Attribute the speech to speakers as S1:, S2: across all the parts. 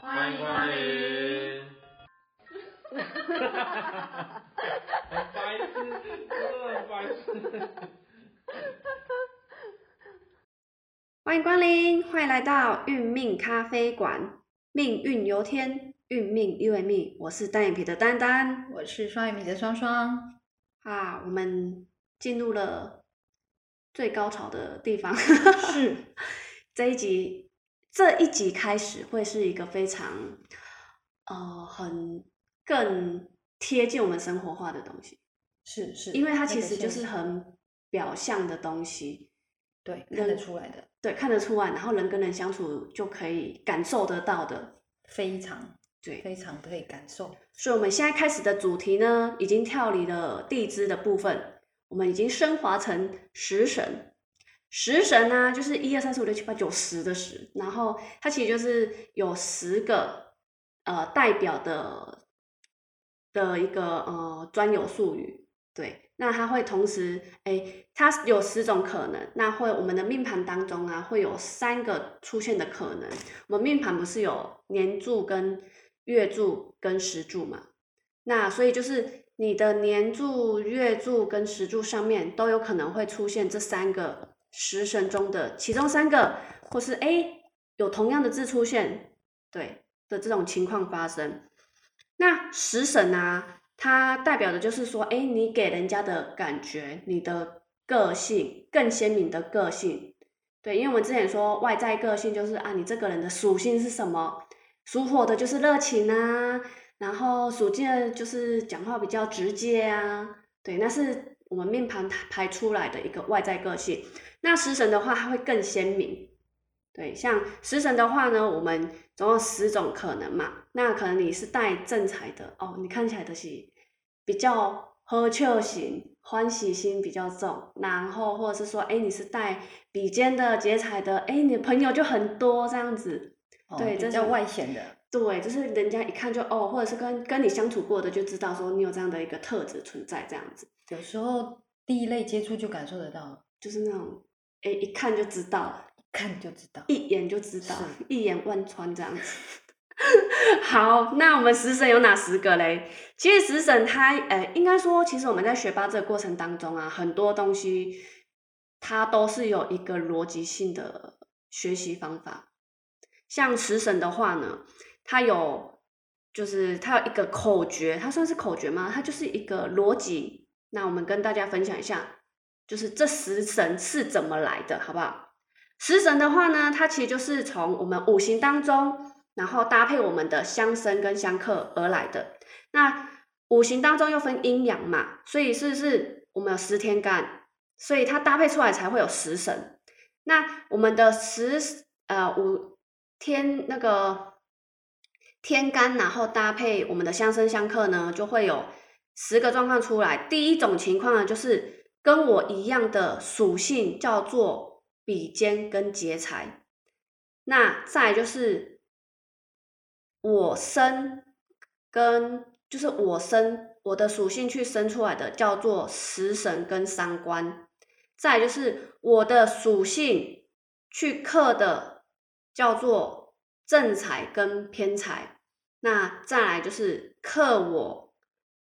S1: 欢迎光 临。很白痴，真的很白痴。
S2: 欢迎光临，欢迎来到运命咖啡馆，命运由天，运命由命。我是单眼皮的丹丹
S3: 我是双眼皮的双双，
S2: 啊，我们进入了最高潮的地方。
S3: 是
S2: 这一集，这一集开始会是一个非常，呃，很更贴近我们生活化的东西，
S3: 是是，
S2: 因为它
S3: 那
S2: 其
S3: 个
S2: 实就
S3: 线
S2: 是很表象的东西。
S3: 对
S2: 人
S3: 看得出来的，
S2: 对，看得出来，然后人跟人相处就可以感受得到的。
S3: 非常
S2: 对，
S3: 非常可以感受。
S2: 所以我们现在开始的主题呢，已经跳离了地支的部分，我们已经升华成食神。食神呢、就是一二三四五六七八九十的十，然后它其实就是有十个呃代表的的一个呃专有术语。对，那它会同时，诶，它有十种可能。那会我们的命盘当中啊，会有三个出现的可能。我们命盘不是有年柱跟月柱跟时柱嘛？那所以就是你的年柱、月柱跟时柱上面都有可能会出现这三个食神中的其中三个，或是诶有同样的字出现，对的这种情况发生。那食神啊，它代表的就是说，哎，你给人家的感觉，你的个性更鲜明的个性。对，因为我们之前说外在个性就是啊，你这个人的属性是什么？属火的就是热情啊，然后属金的就是讲话比较直接啊。对，那是我们命盘排出来的一个外在个性。那食神的话，它会更鲜明。对，像食神的话呢，我们总有十种可能嘛。那可能你是带正财的哦，你看起来就是比较呵笑型、欢喜心比较重，然后或者是说，哎，你是带比肩的、劫财的，哎，你的朋友就很多这样子。
S3: 哦
S2: 对这
S3: 比较
S2: 是
S3: 外显的，
S2: 对，就是人家一看就哦，或者是跟跟你相处过的就知道说你有这样的一个特质存在，这样子
S3: 有时候第一类接触就感受得到了，
S2: 就是那种哎一看就知道，
S3: 看就知道。
S2: 一眼就知道
S3: 是，
S2: 一眼万穿这样子。 好，那我们食神有哪十个嘞？其实食神它，呃，应该说，其实我们在学霸这个过程当中啊，很多东西它都是有一个逻辑性的学习方法。像食神的话呢，它有就是它有一个口诀，它算是口诀吗？它就是一个逻辑。那我们跟大家分享一下，就是这食神是怎么来的，好不好？食神的话呢，它其实就是从我们五行当中，然后搭配我们的相生跟相克而来的。那五行当中又分阴阳嘛，所以是不是我们有十天干，所以它搭配出来才会有食神。那我们的十呃五天那个天干，然后搭配我们的相生相克呢，就会有十个状况出来。第一种情况呢，就是跟我一样的属性叫做比肩跟劫财。那再来就是我生跟就是我生我的属性去生出来的叫做食神跟伤官。再来就是我的属性去克的叫做正财跟偏财。那再来就是克我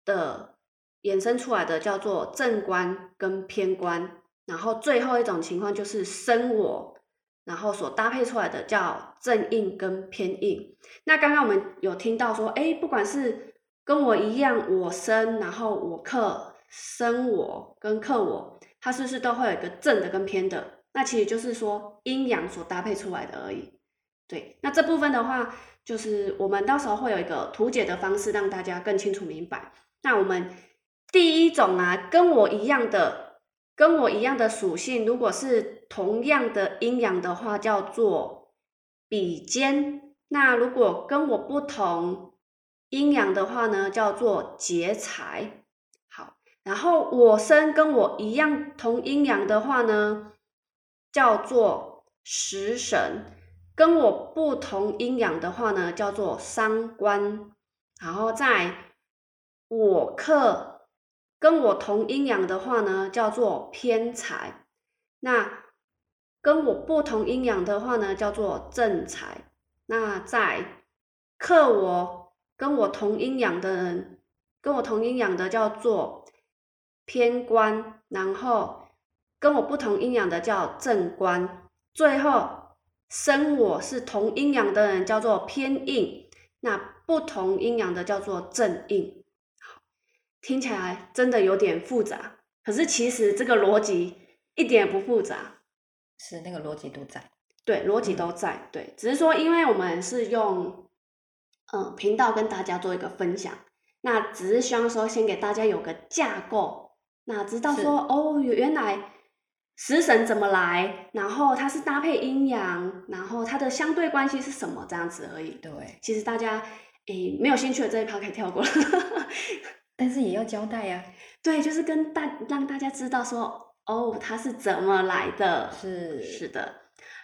S2: 的衍生出来的叫做正官跟偏官，然后最后一种情况就是生我，然后所搭配出来的叫正印跟偏印。那刚刚我们有听到说，哎，不管是跟我一样我生，然后我克生我跟克我，它是不是都会有一个正的跟偏的？那其实就是说阴阳所搭配出来的而已。对，那这部分的话，就是我们到时候会有一个图解的方式，让大家更清楚明白。那我们第一种啊，跟我一样的，跟我一样的属性，如果是同样的阴阳的话，叫做比肩；那如果跟我不同阴阳的话呢，叫做劫财。好，然后我生跟我一样同阴阳的话呢，叫做食神。跟我不同阴阳的话呢，叫做伤官。然后在我克跟我同阴阳的话呢，叫做偏财。那跟我不同阴阳的话呢，叫做正财。那在克我跟我同阴阳的人，跟我同阴阳的叫做偏官，然后跟我不同阴阳的叫正官，最后生我是同阴阳的人叫做偏印，那不同阴阳的叫做正印。听起来真的有点复杂，可是其实这个逻辑一点也不复杂，
S3: 是那个逻辑都在。
S2: 对，逻辑都在，对，只是说因为我们是用嗯、呃频道跟大家做一个分享，那只是希望说先给大家有个架构，那知道
S3: 是
S2: 说哦，原来食神怎么来，然后它是搭配阴阳，然后它的相对关系是什么这样子而已。
S3: 对，
S2: 其实大家诶没有兴趣的这一趴可以跳过了。
S3: 但是也要交代呀、
S2: 对，就是跟大让大家知道说，哦，它是怎么来的。
S3: 是
S2: 是的。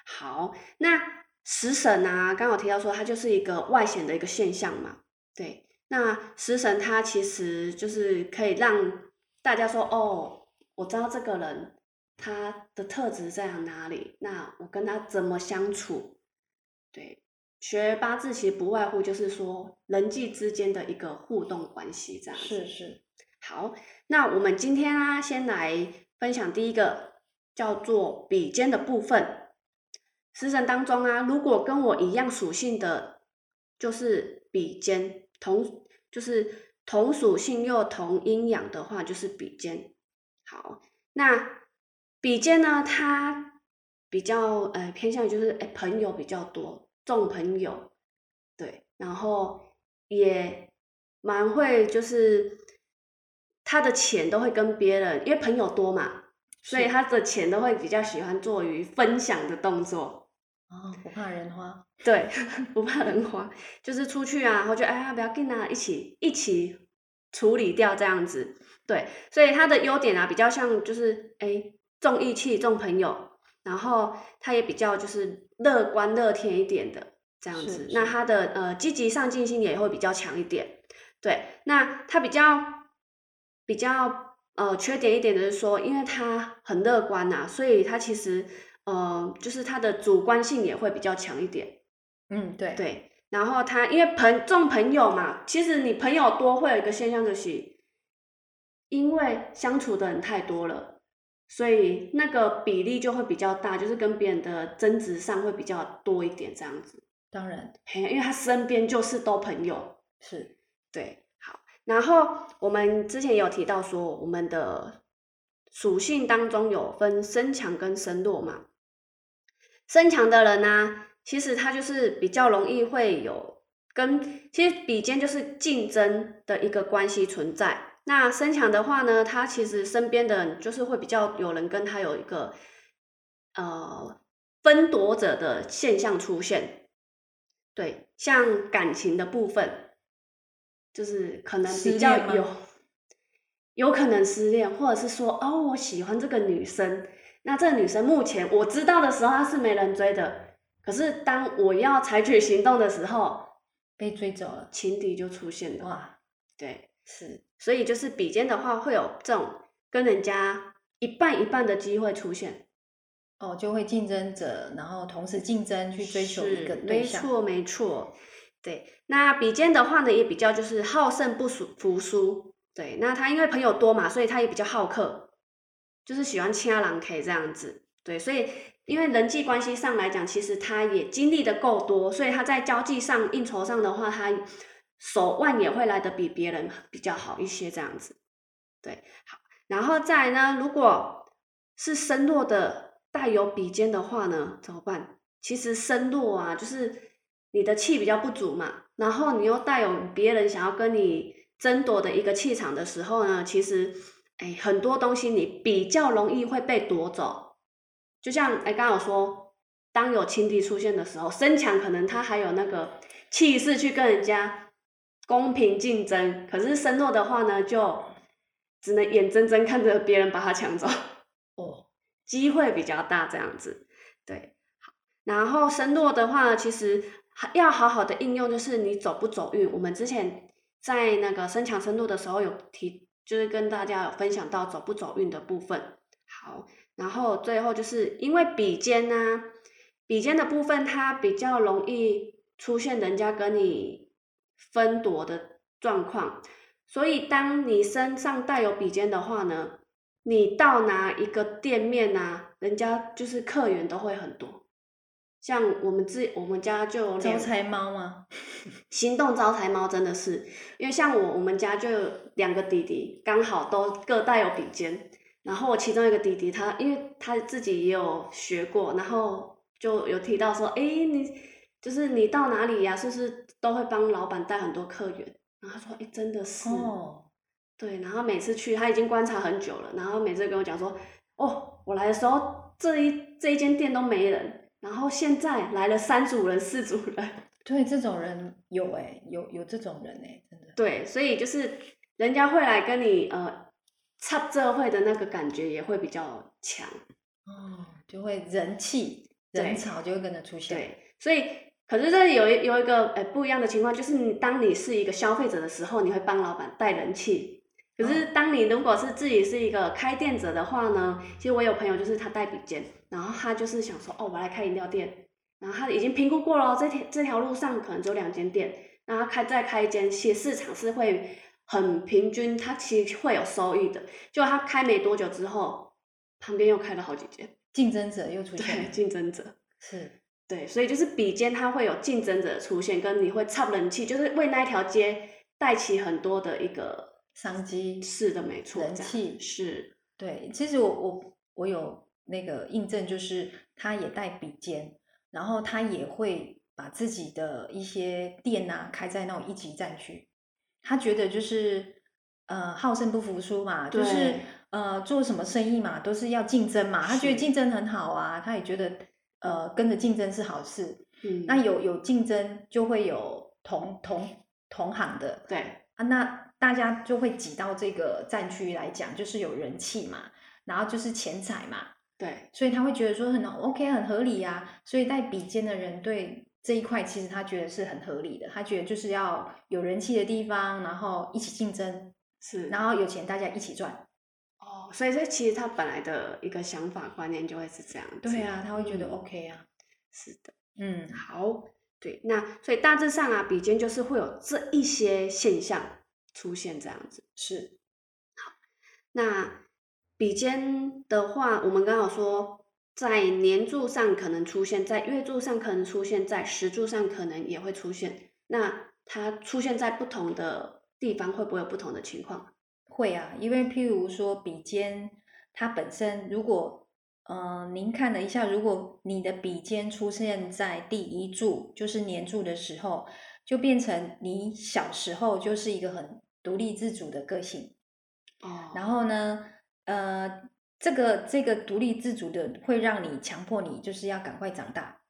S2: 好，那食神啊，刚刚有提到说它就是一个外显的一个现象嘛。对，那食神它其实就是可以让大家说，哦，我知道这个人他的特质在哪里，那我跟他怎么相处？对，学八字其实不外乎就是说人际之间的一个互动关系这样子。
S3: 是是，
S2: 好，那我们今天啊，先来分享第一个叫做比肩的部分。食神当中啊，如果跟我一样属性的，就是比肩同，就是同属性又同阴阳的话，就是比肩。好，那比肩呢，它比较呃偏向于就是哎朋友比较多，重朋友，对，然后也蛮会就是他的钱都会跟别人，因为朋友多嘛，所以
S3: 是
S2: 他的钱都会比较喜欢做于分享的动作。
S3: 哦，不怕人花，
S2: 对， 不怕人花，就是出去啊，或者哎呀不要跟啊，一起一起处理掉这样子。对，所以他的优点啊，比较像就是哎重义气、重朋友，然后他也比较就是乐观、乐天一点的这样
S3: 是
S2: 子。
S3: 是
S2: 那他的呃积极上进心也会比较强一点。对，那他比较比较呃缺点一点的是说，因为他很乐观呐、所以他其实呃就是他的主观性也会比较强一点。
S3: 嗯，对，
S2: 对，然后他因为朋重朋友嘛，其实你朋友多会有一个现象就是，因为相处的人太多了，所以那个比例就会比较大，就是跟别人的争执上会比较多一点这样子。
S3: 当然
S2: 嘿，因为他身边就是都朋友，
S3: 是
S2: 对，好。然后我们之前也有提到说，我们的属性当中有分身强跟身弱嘛。身强的人呢、其实他就是比较容易会有跟，其实比肩就是竞争的一个关系存在。那身强的话呢，他其实身边的人就是会比较有人跟他有一个呃分夺者的现象出现。对，像感情的部分，就是可能
S3: 失
S2: 比较
S3: 恋吗
S2: 有，有可能失恋，或者是说哦，我喜欢这个女生，那这个女生目前我知道的时候她是没人追的，可是当我要采取行动的时候，
S3: 被追走了，
S2: 情敌就出现了。
S3: 哇，
S2: 对，
S3: 是
S2: 所以就是比肩的话，会有这种跟人家一半一半的机会出现。
S3: 哦，就会竞争者，然后同时竞争去追求一
S2: 是
S3: 个对象，
S2: 没错，没错。对，那比肩的话呢，也比较就是好胜不服服输。对，那他因为朋友多嘛，所以他也比较好客，就是喜欢掐狼 K 这样子。对，所以因为人际关系上来讲，其实他也经历的够多，所以他在交际上、应酬上的话，他手腕也会来的比别人比较好一些这样子。对，好，然后再来呢，如果是身弱的带有比肩的话呢，怎么办？其实身弱啊，就是你的气比较不足嘛，然后你又带有别人想要跟你争夺的一个气场的时候呢，其实哎，很多东西你比较容易会被夺走。就像哎，刚刚有说，当有情敌出现的时候，身强可能他还有那个气势去跟人家公平竞争，可是身弱的话呢，就只能眼睁睁看着别人把他抢走。
S3: 哦，
S2: 机会比较大，这样子，对。好，然后深落的话，其实还要好好的应用，就是你走不走运。我们之前在那个身强深度的时候有提，就是跟大家有分享到走不走运的部分。好，然后最后就是因为比肩呢、比肩的部分它比较容易出现人家跟你分夺的状况。所以，当你身上带有笔尖的话呢，你到哪一个店面啊，人家就是客源都会很多。像我们自我们家就有
S3: 招
S2: 两
S3: 财猫啊吗？
S2: 行动招财猫真的是，因为像我我们家就有两个弟弟，刚好都各带有笔尖。然后我其中一个弟弟他，因为他自己也有学过，然后就有提到说，诶，你就是你到哪里呀、是不是都会帮老板带很多客源？然后他说，诶，真的是，
S3: 哦，
S2: 对。然后每次去他已经观察很久了，然后每次跟我讲说，哦，我来的时候这一这一间店都没人，然后现在来了三组人、四组人。
S3: 对，这种人有哎、有有这种人哎、真的。
S2: 对，所以就是人家会来跟你呃插这会的那个感觉也会比较强。
S3: 哦，就会人气
S2: 对
S3: 人潮就会跟着出现。
S2: 对，所以可是这里有一有一个呃不一样的情况，就是你当你是一个消费者的时候，你会帮老板带人气。可是当你如果是自己是一个开店者的话呢，其实我有朋友就是他带笔尖，然后他就是想说哦，我来开饮料店，然后他已经评估过了哦，这条这条路上可能只有两间店，那他开再开一间，其实市场是会很平均，他其实会有收益的。就他开没多久之后，旁边又开了好几间，
S3: 竞争者又出现
S2: 对，
S3: 了，
S2: 竞争者。
S3: 是
S2: 对，所以就是比肩，它会有竞争者的出现，跟你会差人气，就是为那一条街带起很多的一个
S3: 商机
S2: 是的，没错，
S3: 人
S2: 这样
S3: 气
S2: 是，
S3: 对，其实我我我有那个印证，就是他也带笔尖，然后他也会把自己的一些店啊开在那种一级战区。他觉得就是呃好胜不服输嘛，就是
S2: 对
S3: 呃做什么生意嘛都是要竞争嘛，他觉得
S2: 是
S3: 竞争很好啊，他也觉得呃跟着竞争是好事。
S2: 嗯，
S3: 那有有竞争就会有同同同行的，
S2: 对
S3: 啊，那大家就会挤到这个战区来讲，就是有人气嘛，然后就是钱财嘛，
S2: 对
S3: 所以他会觉得说很 OK 很合理呀、所以带比肩的人对这一块其实他觉得是很合理的，他觉得就是要有人气的地方，然后一起竞争，
S2: 是，
S3: 然后有钱大家一起赚。
S2: 哦，所以这其实他本来的一个想法观念就会是这样子，
S3: 对啊，他会觉得
S2: 嗯
S3: OK 啊。
S2: 是的，
S3: 嗯，
S2: 好，对，那所以大致上啊，比肩就是会有这一些现象出现这样子。
S3: 是
S2: 那比肩的话，我们刚好说在年柱上可能出现，在月柱上可能出现，在时柱上可能也会出现。那它出现在不同的地方，会不会有不同的情况？
S3: 会啊，因为譬如说比肩，它本身如果呃，您看了一下，如果你的笔尖出现在第一柱，就是年柱的时候，就变成你小时候就是一个很独立自主的个性。
S2: 哦
S3: 然后呢，呃，这个这个独立自主的会让你强迫你就是要赶快长大，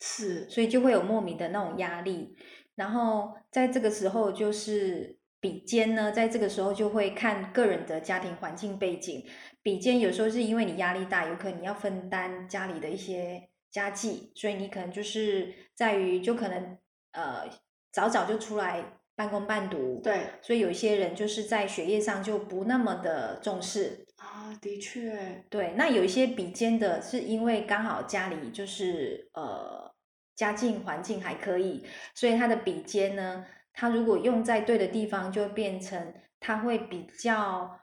S2: 是
S3: 所以就会有莫名的那种压力。然后在这个时候，就是比肩呢，在这个时候就会看个人的家庭环境背景。比肩有时候是因为你压力大，有可能你要分担家里的一些家计，所以你可能就是在于就可能呃早早就出来半工半读。。
S2: 对
S3: 所以有一些人就是在学业上就不那么的重视，
S2: 啊，的确
S3: 对，那有一些比肩的是因为刚好家里就是呃家境环境还可以，所以他的比肩呢，他如果用在对的地方，就会变成他会比较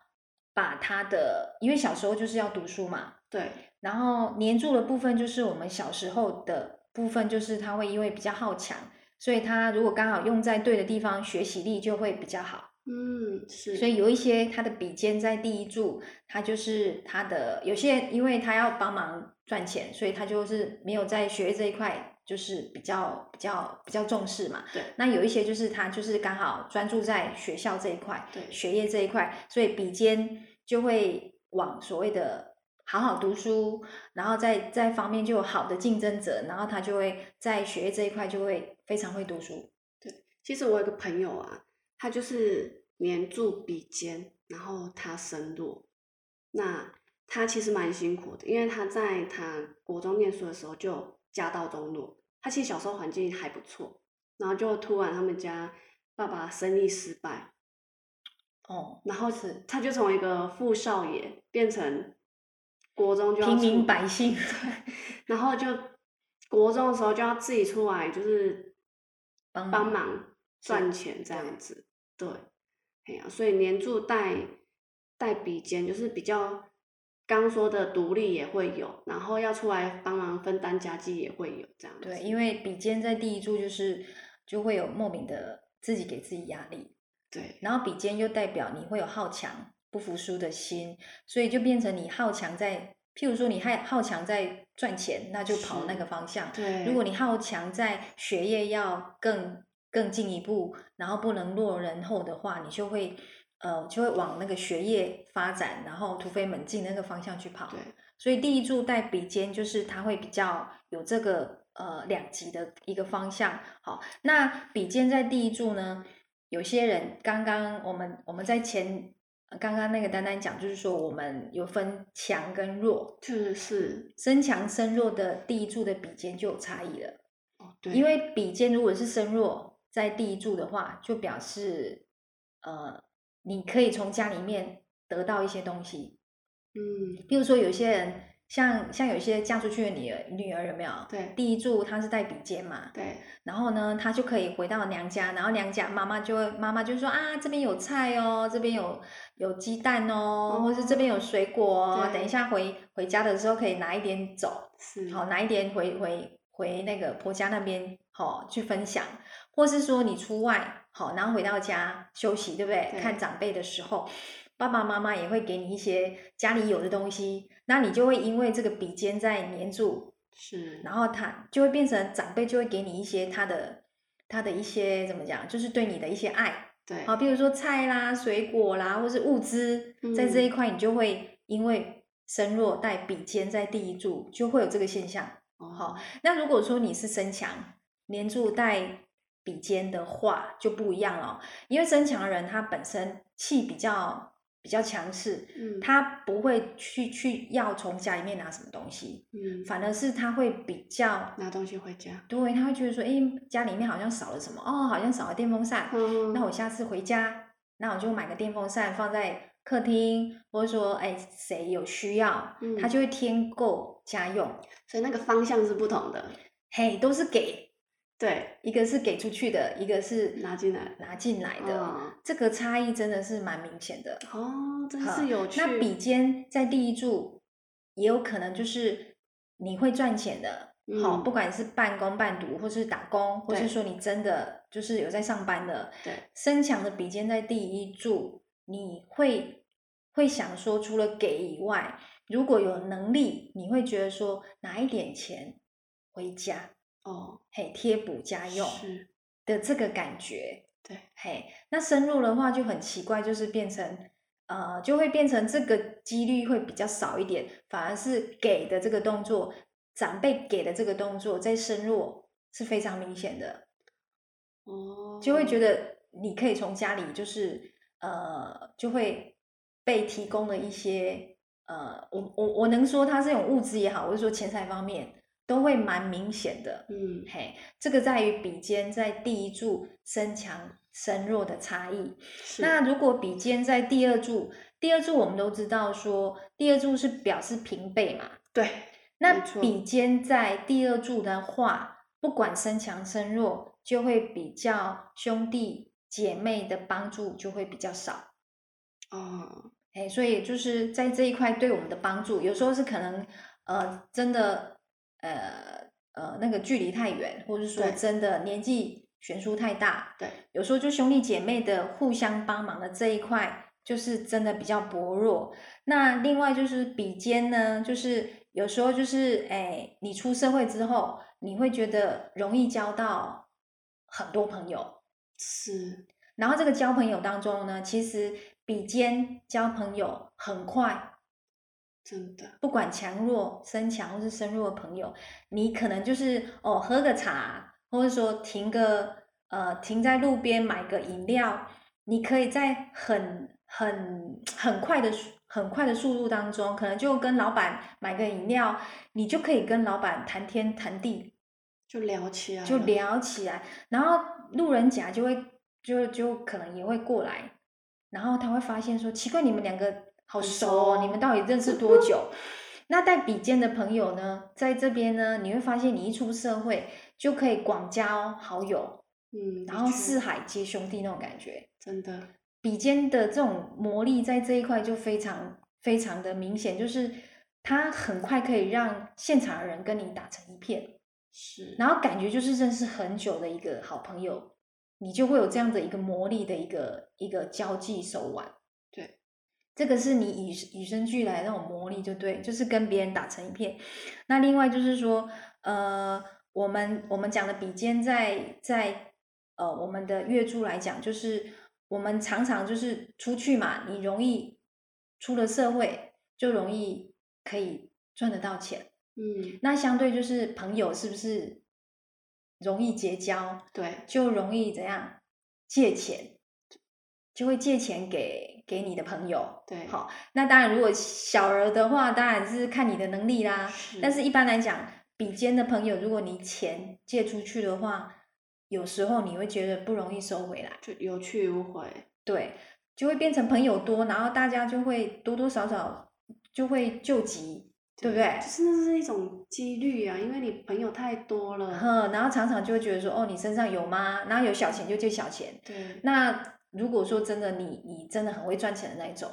S3: 把他的，因为小时候就是要读书嘛，
S2: 对
S3: 然后黏住的部分就是我们小时候的部分，就是他会因为比较好强，所以他如果刚好用在对的地方，学习力就会比较好。
S2: 嗯是，
S3: 所以有一些他的笔尖在第一柱，他就是他的有些，因为他要帮忙赚钱，所以他就是没有在学业这一块就是比较比较比较重视嘛。
S2: 对
S3: 那有一些就是他就是刚好专注在学校这一块、
S2: 对
S3: 学业这一块，所以笔尖就会往所谓的好好读书，然后在在方面就有好的竞争者，然后他就会在学业这一块就会非常会读书。
S2: 其实我有个朋友啊，他就是年住鼻尖，然后他身弱。那他其实蛮辛苦的，因为他在他国中念书的时候就家道中落。他其实小时候环境还不错，然后就突然他们家爸爸生意失败，
S3: 哦，
S2: 然后是他就从一个富少爷变成国中就要
S3: 平
S2: 出
S3: 民百姓。
S2: 然后就国中的时候就要自己出来，就是
S3: 帮忙
S2: 帮忙赚钱这样子。对，哎呀、所以年柱带带比肩，就是比较刚说的独立也会有，然后要出来帮忙分担家计也会有这样子。
S3: 对，因为比肩在第一柱就是就会有莫名的自己给自己压力，
S2: 对
S3: 然后比肩又代表你会有好强、不服输的心，所以就变成你好强在，譬如说你还好强在赚钱，那就跑那
S2: 是
S3: 个方向；
S2: 对，
S3: 如果你好强在学业要更更进一步，然后不能落人后的话，你就会呃就会往那个学业发展，然后突飞猛进那个方向去跑。
S2: 对
S3: 所以第一柱带比肩，就是它会比较有这个呃两极的一个方向。好，那比肩在第一柱呢，有些人刚刚我们我们在前呃刚刚那个丹丹讲，就是说我们有分强跟弱，
S2: 就是
S3: 身强身弱的第一柱的比肩就有差异了。
S2: 哦，对，
S3: 因为比肩如果是身弱，在第一柱的话，就表示呃你可以从家里面得到一些东西，
S2: 嗯，
S3: 比如说有些人像像有些嫁出去的女儿女儿有没有？
S2: 对
S3: 第一柱她是带笔尖嘛，
S2: 对
S3: 然后呢，她就可以回到娘家，然后娘家妈妈就会妈妈就说啊，这边有菜哦，这边有有鸡蛋哦，
S2: 哦
S3: 或是这边有水果哦，
S2: 对
S3: 等一下回回家的时候可以拿一点走，
S2: 是，
S3: 好拿一点回回回那个婆家那边好、去分享，或是说你出外好，然后回到家休息，对不对？
S2: 对
S3: 看长辈的时候，爸爸妈妈也会给你一些家里有的东西，那你就会因为这个笔尖在黏住，
S2: 是，
S3: 然后他就会变成长辈就会给你一些他的他的一些怎么讲，就是对你的一些爱
S2: 对，
S3: 啊，比如说菜啦、水果啦，或是物资，在这一块你就会因为身弱带笔尖在第一柱，就会有这个现象。
S2: 哦，
S3: 那如果说你是身强，连住带比肩的话就不一样了，哦因为身强的人他本身气比较比较强势，
S2: 嗯，
S3: 他不会去去要从家里面拿什么东西，
S2: 嗯，
S3: 反而是他会比较
S2: 拿东西回家，
S3: 对，他会觉得说，诶，家里面好像少了什么，哦，好像少了电风扇，
S2: 嗯，
S3: 那我下次回家，那我就买个电风扇放在客厅，或者说，哎，谁有需要，他
S2: 嗯
S3: 就会添购家用，
S2: 所以那个方向是不同的，
S3: 嘿，都是给
S2: 对，
S3: 一个是给出去的，一个是
S2: 拿进来
S3: 拿进来的，
S2: 嗯
S3: 这个差异真的是蛮明显的。
S2: 哦，真
S3: 好
S2: 是有趣，
S3: 那比肩在第一柱也有可能就是你会赚钱的，好、
S2: 嗯
S3: 不管是半工半读，或是打工，或是
S2: 对
S3: 说你真的就是有在上班的，
S2: 对，
S3: 身强的比肩在第一柱，你会会想说，除了给以外，如果有能力，你会觉得说拿一点钱回家，
S2: 哦，
S3: 嘿，贴补家用。
S2: 是，
S3: 的这个感觉。
S2: 对，
S3: 嘿，那深入的话就很奇怪，就是变成呃，就会变成这个几率会比较少一点，反而是给的这个动作，长辈给的这个动作在深入是非常明显的，
S2: 哦，
S3: 就会觉得你可以从家里就是呃，就会被提供了一些。呃，我我我能说它这种物资也好，或者说钱财方面，都会蛮明显的。
S2: 嗯，
S3: 嘿，这个在于比肩在第一柱身强身弱的差异。
S2: 是
S3: 那如果比肩在第二柱，第二柱我们都知道说，第二柱是表示平辈嘛。
S2: 对，
S3: 那
S2: 没错
S3: 比肩在第二柱的话，不管身强身弱，就会比较兄弟姐妹的帮助就会比较少。
S2: 哦，
S3: 哎，所以就是在这一块对我们的帮助，有时候是可能呃真的呃呃那个距离太远，或者是说
S2: 对
S3: 真的年纪悬殊太大，
S2: 对，
S3: 有时候就兄弟姐妹的互相帮忙的这一块，就是真的比较薄弱。那另外就是比肩呢，就是有时候就是哎，你出社会之后，你会觉得容易交到很多朋友，
S2: 是，
S3: 然后这个交朋友当中呢，其实比肩交朋友很快，
S2: 真的，
S3: 不管强弱、身强或是身弱的朋友，你可能就是哦喝个茶，或者说停个呃停在路边买个饮料，你可以在很很很快的速很快的速度当中，可能就跟老板买个饮料，你就可以跟老板谈天谈地，
S2: 就聊起来，
S3: 就，聊起来，然后路人甲就会就就可能也会过来，然后他会发现说奇怪，你们两个好
S2: 很
S3: 熟
S2: 熟
S3: 哦，
S2: 哦
S3: 你们到底认识多久？那带笔尖的朋友呢，在这边呢，你会发现你一出社会就可以广交好友，
S2: 嗯，
S3: 然
S2: 的
S3: 后
S2: 确
S3: 四海皆兄弟那种感觉。
S2: 真的，
S3: 比肩的这种魔力在这一块就非常非常的明显，就是他很快可以让现场的人跟你打成一片，
S2: 是，
S3: 然后感觉就是认识很久的一个好朋友，你就会有这样的一个魔力的一个一个交际手腕。
S2: 对，
S3: 这个是你与与生俱来的那种魔力，就对，就是跟别人打成一片。那另外就是说，呃，我们我们讲的比肩在在呃我们的月柱来讲，就是我们常常就是出去嘛，你容易出了社会就容易可以赚得到钱。
S2: 嗯，
S3: 那相对就是朋友是不是容易结交，
S2: 对，
S3: 就容易怎样借钱，就会借钱给给你的朋友。
S2: 对
S3: 好，那当然如果小儿的话，当然是看你的能力啦。但是一般来讲，比肩的朋友，如果你钱借出去的话，有时候你会觉得不容易收回来。
S2: 就有去无回，
S3: 对，就会变成朋友多，然后大家就会多多少少就会救急，对不对
S2: 就？是那是一种几率啊，因为你朋友太多了，
S3: 呵，然后常常就会觉得说，哦，你身上有吗？然后有小钱就借小钱。
S2: 对，
S3: 那如果说真的你你真的很会赚钱的那一种，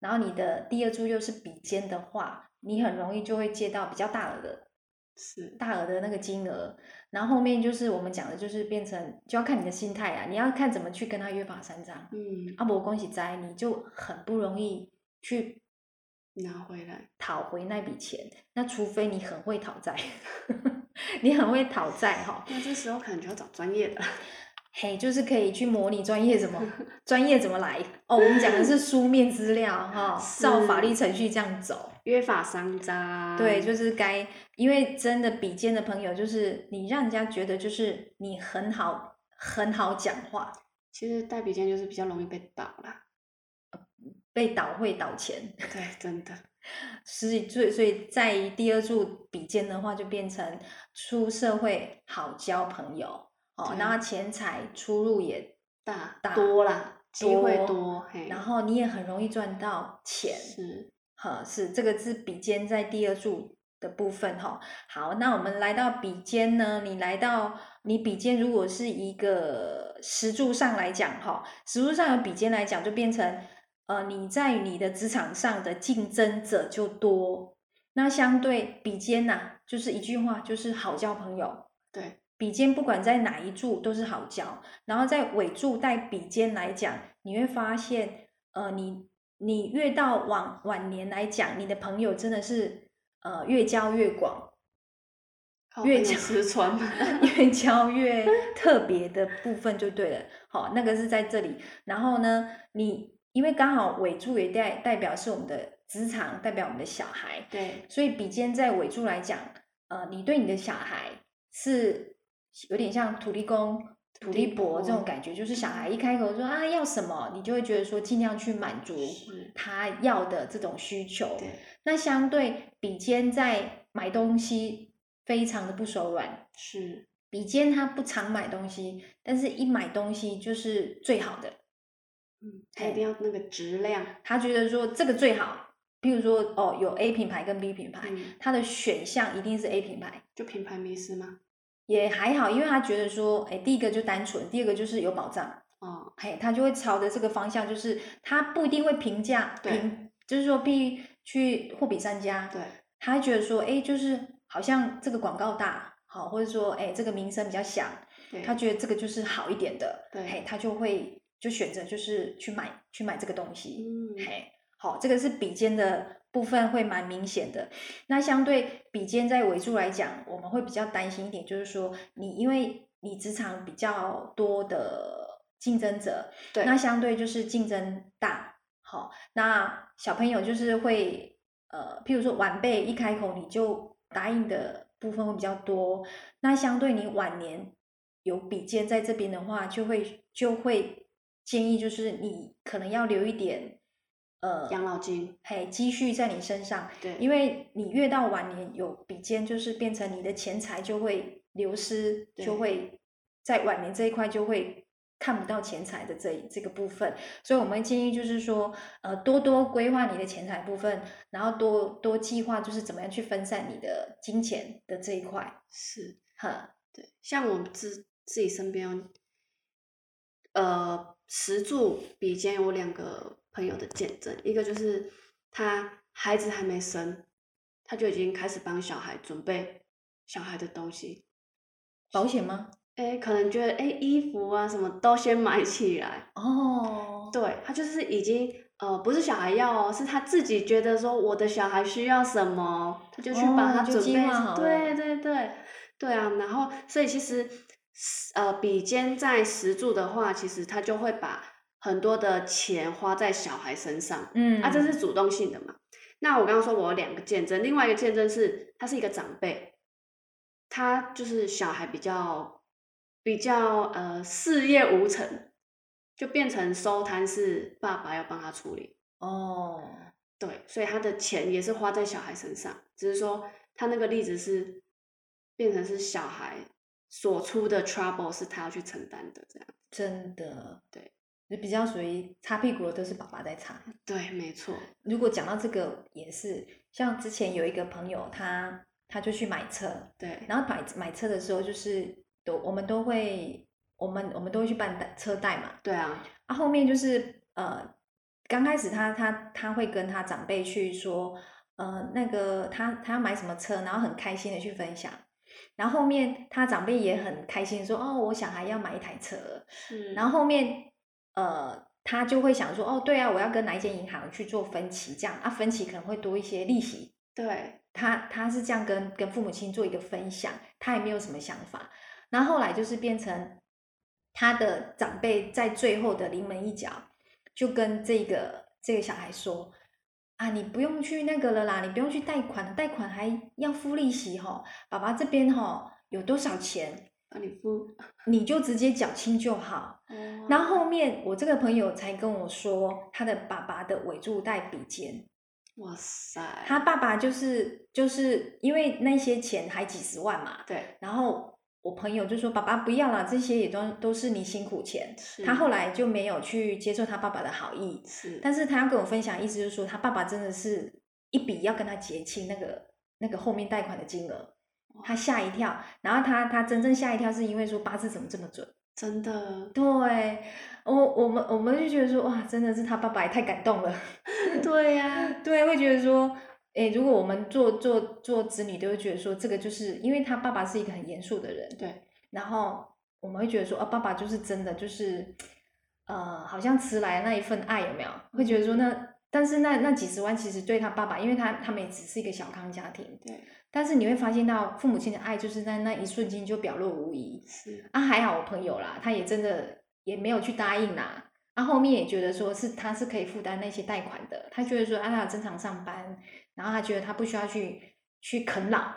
S3: 然后你的第二注又是比肩的话，你很容易就会借到比较大额的
S2: 是，
S3: 大额的那个金额。然后后面就是我们讲的，就是变成就要看你的心态啊，你要看怎么去跟他约法三章。
S2: 嗯，
S3: 啊，我恭喜斋，你就很不容易去
S2: 拿回来，
S3: 讨回那笔钱。那除非你很会讨债， 你很会讨债哈、
S2: 那这时候可能就要找专业的，
S3: 嘿，就是可以去模拟专业怎么专业怎么来哦。我们讲的是书面资料哈、照法律程序这样走。
S2: 约法三章，
S3: 对，就是该，因为真的比肩的朋友，就是你让人家觉得就是你很好很好讲话，
S2: 其实戴比肩就是比较容易被倒啦，
S3: 被倒会倒钱，
S2: 对，真的，
S3: 所以所以所以在第二柱比肩的话，就变成出社会好交朋友哦，
S2: 对
S3: 然后钱财出入也，
S2: 大
S3: 大
S2: 多啦，机会
S3: 多
S2: 多，嘿，
S3: 然后你也很容易赚到钱，
S2: 是，
S3: 哈，是这个是比肩在第二柱的部分哈。好，那我们来到比肩呢，你来到你比肩如果是一个石柱上来讲哈，石柱上有比肩来讲就变成呃你在你的职场上的竞争者就多，那相对比肩呐、就是一句话就是好交朋友。
S2: 对，
S3: 比肩不管在哪一柱都是好交，然后在尾柱带比肩来讲，你会发现，呃，你你越到晚晚年来讲，你的朋友真的是呃越交越广，
S2: 靠
S3: 越
S2: 朋友
S3: 讲
S2: 失 传，
S3: 越交越特别的部分就对了。好，那个是在这里。然后呢，你因为刚好尾柱也代代表是我们的职场，代表我们的小孩，
S2: 对，
S3: 所以比肩在尾柱来讲，呃，你对你的小孩是有点像土地公、土地伯这种感觉，就是小
S2: 嗯
S3: 孩一开口说啊要什么，你就会觉得说尽量去满足
S2: 是
S3: 他要的这种需求。
S2: 对，
S3: 那相对比肩在买东西非常的不手软，
S2: 是，
S3: 比肩他不常买东西，但是一买东西就是最好的，
S2: 嗯，他一定要那个质量，
S3: 他觉得说这个最好。譬如说，哦，有 A 品牌跟 B 品牌，
S2: 嗯，
S3: 它的选项一定是 A 品牌，
S2: 就品牌迷失吗？
S3: 也还好，因为他觉得说，哎，第一个就单纯，第二个就是有保障，
S2: 哦，
S3: 嘿，他就会朝着这个方向，就是他不一定会评价
S2: 对
S3: 评，就是说必去货比三家，
S2: 对，
S3: 他觉得说，哎，就是好像这个广告大，好，或者说，哎，这个名声比较响，
S2: 对，嗯
S3: 他觉得这个就是好一点的，
S2: 对
S3: 嘿，他就会就选择就是去买去买这个东西，
S2: 嗯，
S3: 嘿，好，这个是比肩的部分会蛮明显的。那相对比肩在尾柱来讲，我们会比较担心一点，就是说你因为你职场比较多的竞争者，
S2: 对，
S3: 那相对就是竞争大。好，那小朋友就是会呃，譬如说晚辈一开口你就答应的部分会比较多，那相对你晚年有比肩在这边的话，就会就会建议就是你可能要留一点呃
S2: 养老金，
S3: 嘿积蓄在你身上，
S2: 对，
S3: 因
S2: 为
S3: 为你越到晚年有比肩，就是变成你的钱财就会流失，
S2: 对
S3: 就会在晚年这一块就会看不到钱财的这一这个部分，所以我们建议就是说，呃，多多规划你的钱财部分，然后多多计划就是怎么样去分散你的金钱的这一块，
S2: 是，
S3: 哈，
S2: 对，像我们自自己身边哦呃石柱比肩有两个朋友的见证，一个就是他孩子还没生，他就已经开始帮小孩准备小孩的东西，
S3: 保险吗？
S2: 哎，可能觉得哎衣服啊什么都先买起来，
S3: 哦，
S2: 对他就是已经呃不是小孩要哦，是他自己觉得说我的小孩需要什么，他就去
S3: 哦
S2: 把他
S3: 就
S2: 准
S3: 计
S2: 备。
S3: 划好
S2: 对
S3: 了
S2: 对对对啊，然后所以其实呃比肩在石柱的话，其实他就会把很多的钱花在小孩身上，
S3: 嗯
S2: 啊这是主动性的嘛。那我刚刚说我有两个见证，另外一个见证是他是一个长辈，他就是小孩比较比较呃事业无成，就变成收摊是爸爸要帮他处理，
S3: 哦，
S2: 对，所以他的钱也是花在小孩身上，只是说他那个例子是变成是小孩所出的 trouble 是他要去承担的，这样
S3: 真的，
S2: 对，
S3: 就比较属于擦屁股的都是爸爸在擦。
S2: 对，没错，
S3: 如果讲到这个，也是像之前有一个朋友，他他就去买车，
S2: 对，
S3: 然后买买车的时候，就是都我们都会，我们我们都会去办贷车贷嘛，
S2: 对啊，
S3: 啊，后面就是呃，刚开始他他他会跟他长辈去说，呃，那个他他要买什么车，然后很开心的去分享。然后后面他长辈也很开心地说，哦，我小孩要买一台车。
S2: 是
S3: 然后后面呃，他就会想说，哦，对啊，我要跟哪一间银行去做分期，这样啊，分期可能会多一些利息。
S2: 对，
S3: 他他是这样跟跟父母亲做一个分享，他也没有什么想法。然后后来就是变成他的长辈在最后的临门一脚，就跟这个这个小孩说：“啊，你不用去那个了啦，你不用去贷款了，贷款还要付利息吼、爸爸这边吼、有多少钱，
S2: 帮你付，
S3: 你就直接缴清就好。”然后后面我这个朋友才跟我说，他的爸爸的尾注贷比肩。
S2: 哇塞，
S3: 他爸爸就是就是因为那些钱还几十万嘛，
S2: 对，
S3: 然后我朋友就说：“爸爸不要了，这些也都都是你辛苦钱。”
S2: 是
S3: 他后来就没有去接受他爸爸的好意，
S2: 是，
S3: 但是他要跟我分享，意思就是说他爸爸真的是一笔要跟他结清那个那个后面贷款的金额，他吓一跳，然后他他真正吓一跳是因为说八字怎么这么准？
S2: 真的，
S3: 对我我们我们就觉得说哇，真的是他爸爸也太感动了。
S2: 对呀、
S3: 对，会觉得说，诶，如果我们做做做子女，都会觉得说，这个就是因为他爸爸是一个很严肃的人，
S2: 对，
S3: 然后我们会觉得说，啊，爸爸就是真的就是，呃，好像迟来那一份爱有没有？会觉得说那，但是那那几十万其实对他爸爸，因为他他们也只是一个小康家庭，
S2: 对，
S3: 但是你会发现到父母亲的爱就是在那一瞬间就表露无遗，
S2: 是，
S3: 啊，还好我朋友啦，他也真的也没有去答应啦。啊，后面也觉得说是他是可以负担那些贷款的，他觉得说啊，他有正常上班，然后他觉得他不需要去去啃老，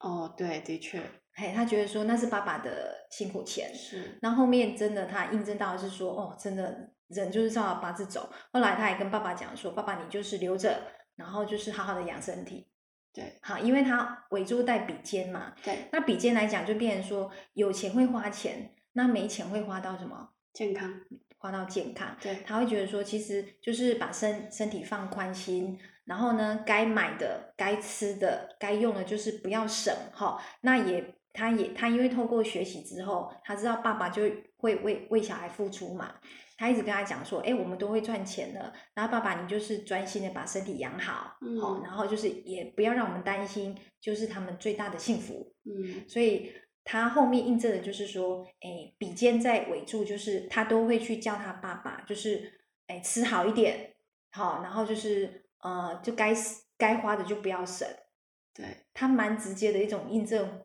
S2: 哦，对，的确
S3: 嘿，他觉得说那是爸爸的辛苦钱。
S2: 是，
S3: 然后后面真的他印证到的是说，哦，真的人就是照他八字走。后来他还跟爸爸讲说，爸爸你就是留着，然后就是好好的养身体。
S2: 对，
S3: 好，因为他尾柱带笔尖嘛，
S2: 对，
S3: 那比肩来讲，就变成说有钱会花钱，那没钱会花到什么？
S2: 健康，
S3: 花到健康。
S2: 对，
S3: 他会觉得说，其实就是把身身体放宽心，然后呢，该买的、该吃的、该用的，就是不要省哈。那也，他也他因为透过学习之后，他知道爸爸就会为为小孩付出嘛。他一直跟他讲说，哎、我们都会赚钱的，然后爸爸你就是专心的把身体养好，哦
S2: 嗯，
S3: 然后就是也不要让我们担心，就是他们最大的幸福。
S2: 嗯，
S3: 所以他后面印证的就是说，哎，比肩在尾柱，就是他都会去叫他爸爸，就是哎吃好一点，好，然后就是呃，就该该花的就不要省。
S2: 对，
S3: 他蛮直接的一种印证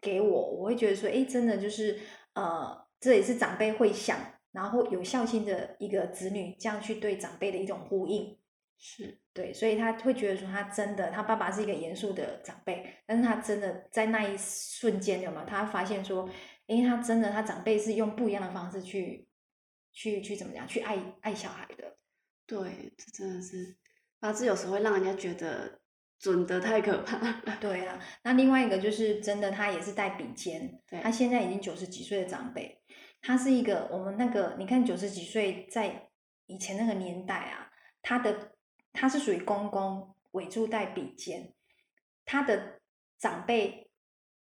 S3: 给我，我会觉得说，哎，真的就是呃，这也是长辈会想，然后有孝心的一个子女这样去对长辈的一种呼应。
S2: 是，
S3: 对，所以他会觉得说，他真的，他爸爸是一个严肃的长辈，但是他真的在那一瞬间，有没有？他发现说，诶，他真的，他长辈是用不一样的方式去，去去怎么讲，去爱爱小孩的。
S2: 对，这真的是八字有时候会让人家觉得准的太可怕 了，
S3: 对啊，那另外一个就是真的，他也是带笔尖，
S2: 对，
S3: 他现在已经九十几岁的长辈，他是一个我们那个，你看九十几岁在以前那个年代啊，他的他是属于公公尾柱带笔尖，他的长辈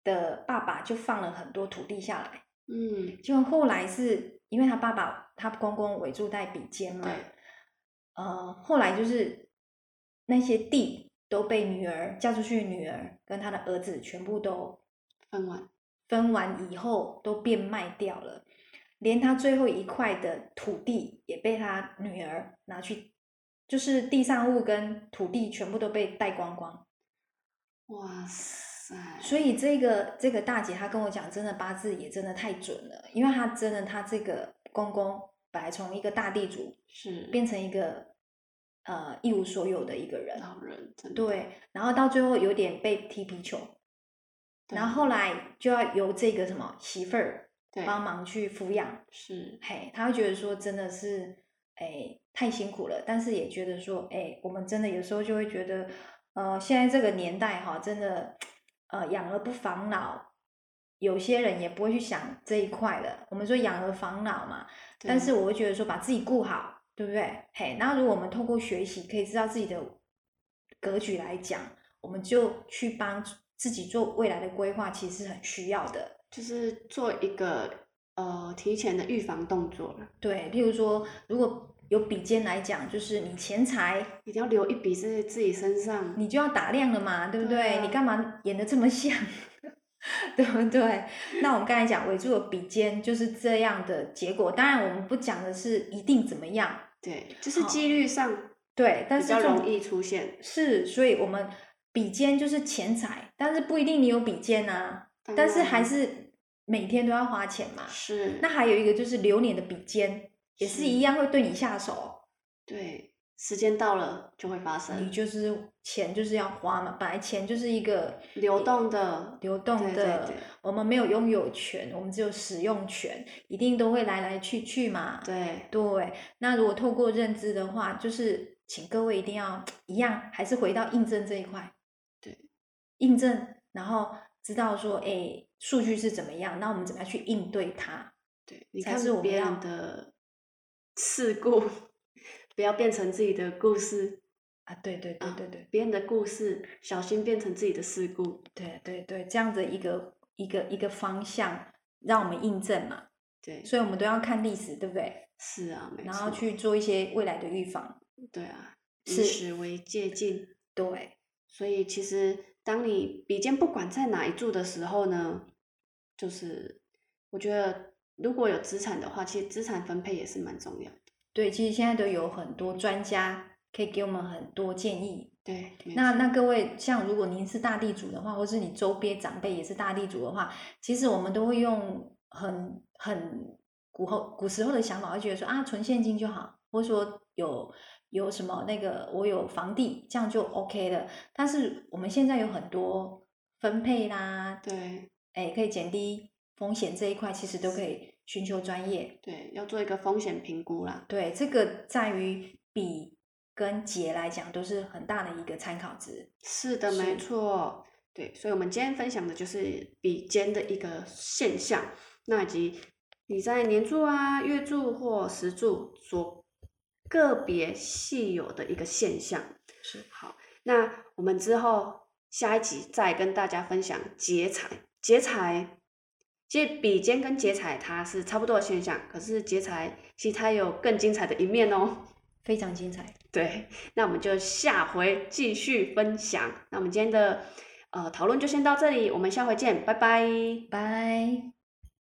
S3: 的爸爸就放了很多土地下来，
S2: 嗯，
S3: 就后来是因为他爸爸他公公围住在比肩嘛
S2: 对，
S3: 呃，后来就是那些地都被女儿嫁出去，女儿跟她的儿子全部都
S2: 分完，
S3: 分完以后都变卖掉了，连他最后一块的土地也被他女儿拿去，就是地上物跟土地全部都被带光光。
S2: 哇塞，
S3: 所以这个这个大姐她跟我讲，真的八字也真的太准了，因为她真的她这个公公本来从一个大地主
S2: 是
S3: 变成一个呃一无所有的一个人，
S2: 老人，真的，
S3: 对，然后到最后有点被踢皮球，
S2: 对
S3: 然后后来就要由这个什么媳妇儿
S2: 对
S3: 帮忙去抚养，
S2: 是
S3: 嘿，他会觉得说真的是，哎，太辛苦了，但是也觉得说，哎，我们真的有时候就会觉得，呃，现在这个年代哈，真的，呃，养儿不防老，有些人也不会去想这一块了。我们说养儿防老嘛，但
S2: 对
S3: 是我会觉得说把自己顾好，对不对？嘿，那如果我们透过学习可以知道自己的格局来讲，我们就去帮自己做未来的规划，其实很需要的。
S2: 就是做一个呃提前的预防动作了，
S3: 对，譬如说，如果有比肩来讲，就是你钱财
S2: 一定要留一笔在自己身上，
S3: 你就要打量了嘛，对不对？
S2: 对啊
S3: 你干嘛演的这么像， 对不对？那我们刚才讲围住的比肩就是这样的结果，当然我们不讲的是一定怎么样，
S2: 对，就是
S3: 好
S2: 几率上
S3: 对，但
S2: 比
S3: 是
S2: 较
S3: 重
S2: 容易出现，
S3: 是，所以我们比肩就是钱财，但是不一定你有比肩啊，
S2: 当
S3: 但是
S2: 然
S3: 还是每天都要花钱嘛。
S2: 是
S3: 那还有一个就是流年的比肩，也是一
S2: 是
S3: 样会对你下手。
S2: 对，时间到了就会发生，
S3: 你就是钱就是要花嘛，本来钱就是一个
S2: 流动的
S3: 流动
S2: 对
S3: 的，
S2: 对对
S3: 我们没有拥有权，我们只有使用权，一定都会来来去去嘛。
S2: 对，
S3: 对，那如果透过认知的话，就是请各位一定要一样，还是回到印证这一块，
S2: 对，
S3: 印证，然后知道说，哎，数据是怎么样，那我们怎么样去应对它？
S2: 对，你
S3: 才
S2: 看
S3: 是我们
S2: 别
S3: 要
S2: 人的事故， 不要变成自己的故事。
S3: 啊，对对对
S2: 啊
S3: 对对，
S2: 别人的故事，小心变成自己的事故。
S3: 对对对，这样的一个一个一个方向，让我们印证嘛。
S2: 对，
S3: 所以我们都要看历史，对不对？
S2: 是啊，没
S3: 然后
S2: 错。
S3: 去做一些未来的预防。
S2: 对啊，
S3: 是
S2: 以史为借鉴。
S3: 对，
S2: 所以其实，当你比肩不管在哪一柱的时候呢，就是我觉得如果有资产的话，其实资产分配也是蛮重要的。
S3: 对，其实现在都有很多专家可以给我们很多建议。
S2: 对，没
S3: 那
S2: 错
S3: 那各位，像如果您是大地主的话，或是你周边长辈也是大地主的话，其实我们都会用很很古后古时候的想法，会觉得说啊，存现金就好，或者说有有什么那个我有房地，这样就 OK 了。但是我们现在有很多分配啦，
S2: 对
S3: 哎，可以减低风险这一块，其实都可以寻求专业。
S2: 对，要做一个风险评估啦。
S3: 对，这个在于比跟节来讲都是很大的一个参考值。
S2: 是的，没
S3: 是
S2: 错。对，所以，我们今天分享的就是比肩的一个现象，那以及你在年柱啊、月柱或时柱所个别系有的一个现象。
S3: 是
S2: 好，那我们之后下一集再跟大家分享劫财。劫财，其实比肩跟劫财它是差不多的现象，可是劫财其实它有更精彩的一面哦。
S3: 非常精彩。
S2: 对，那我们就下回继续分享。那我们今天的呃讨论就先到这里，我们下回见，拜拜。
S3: 拜。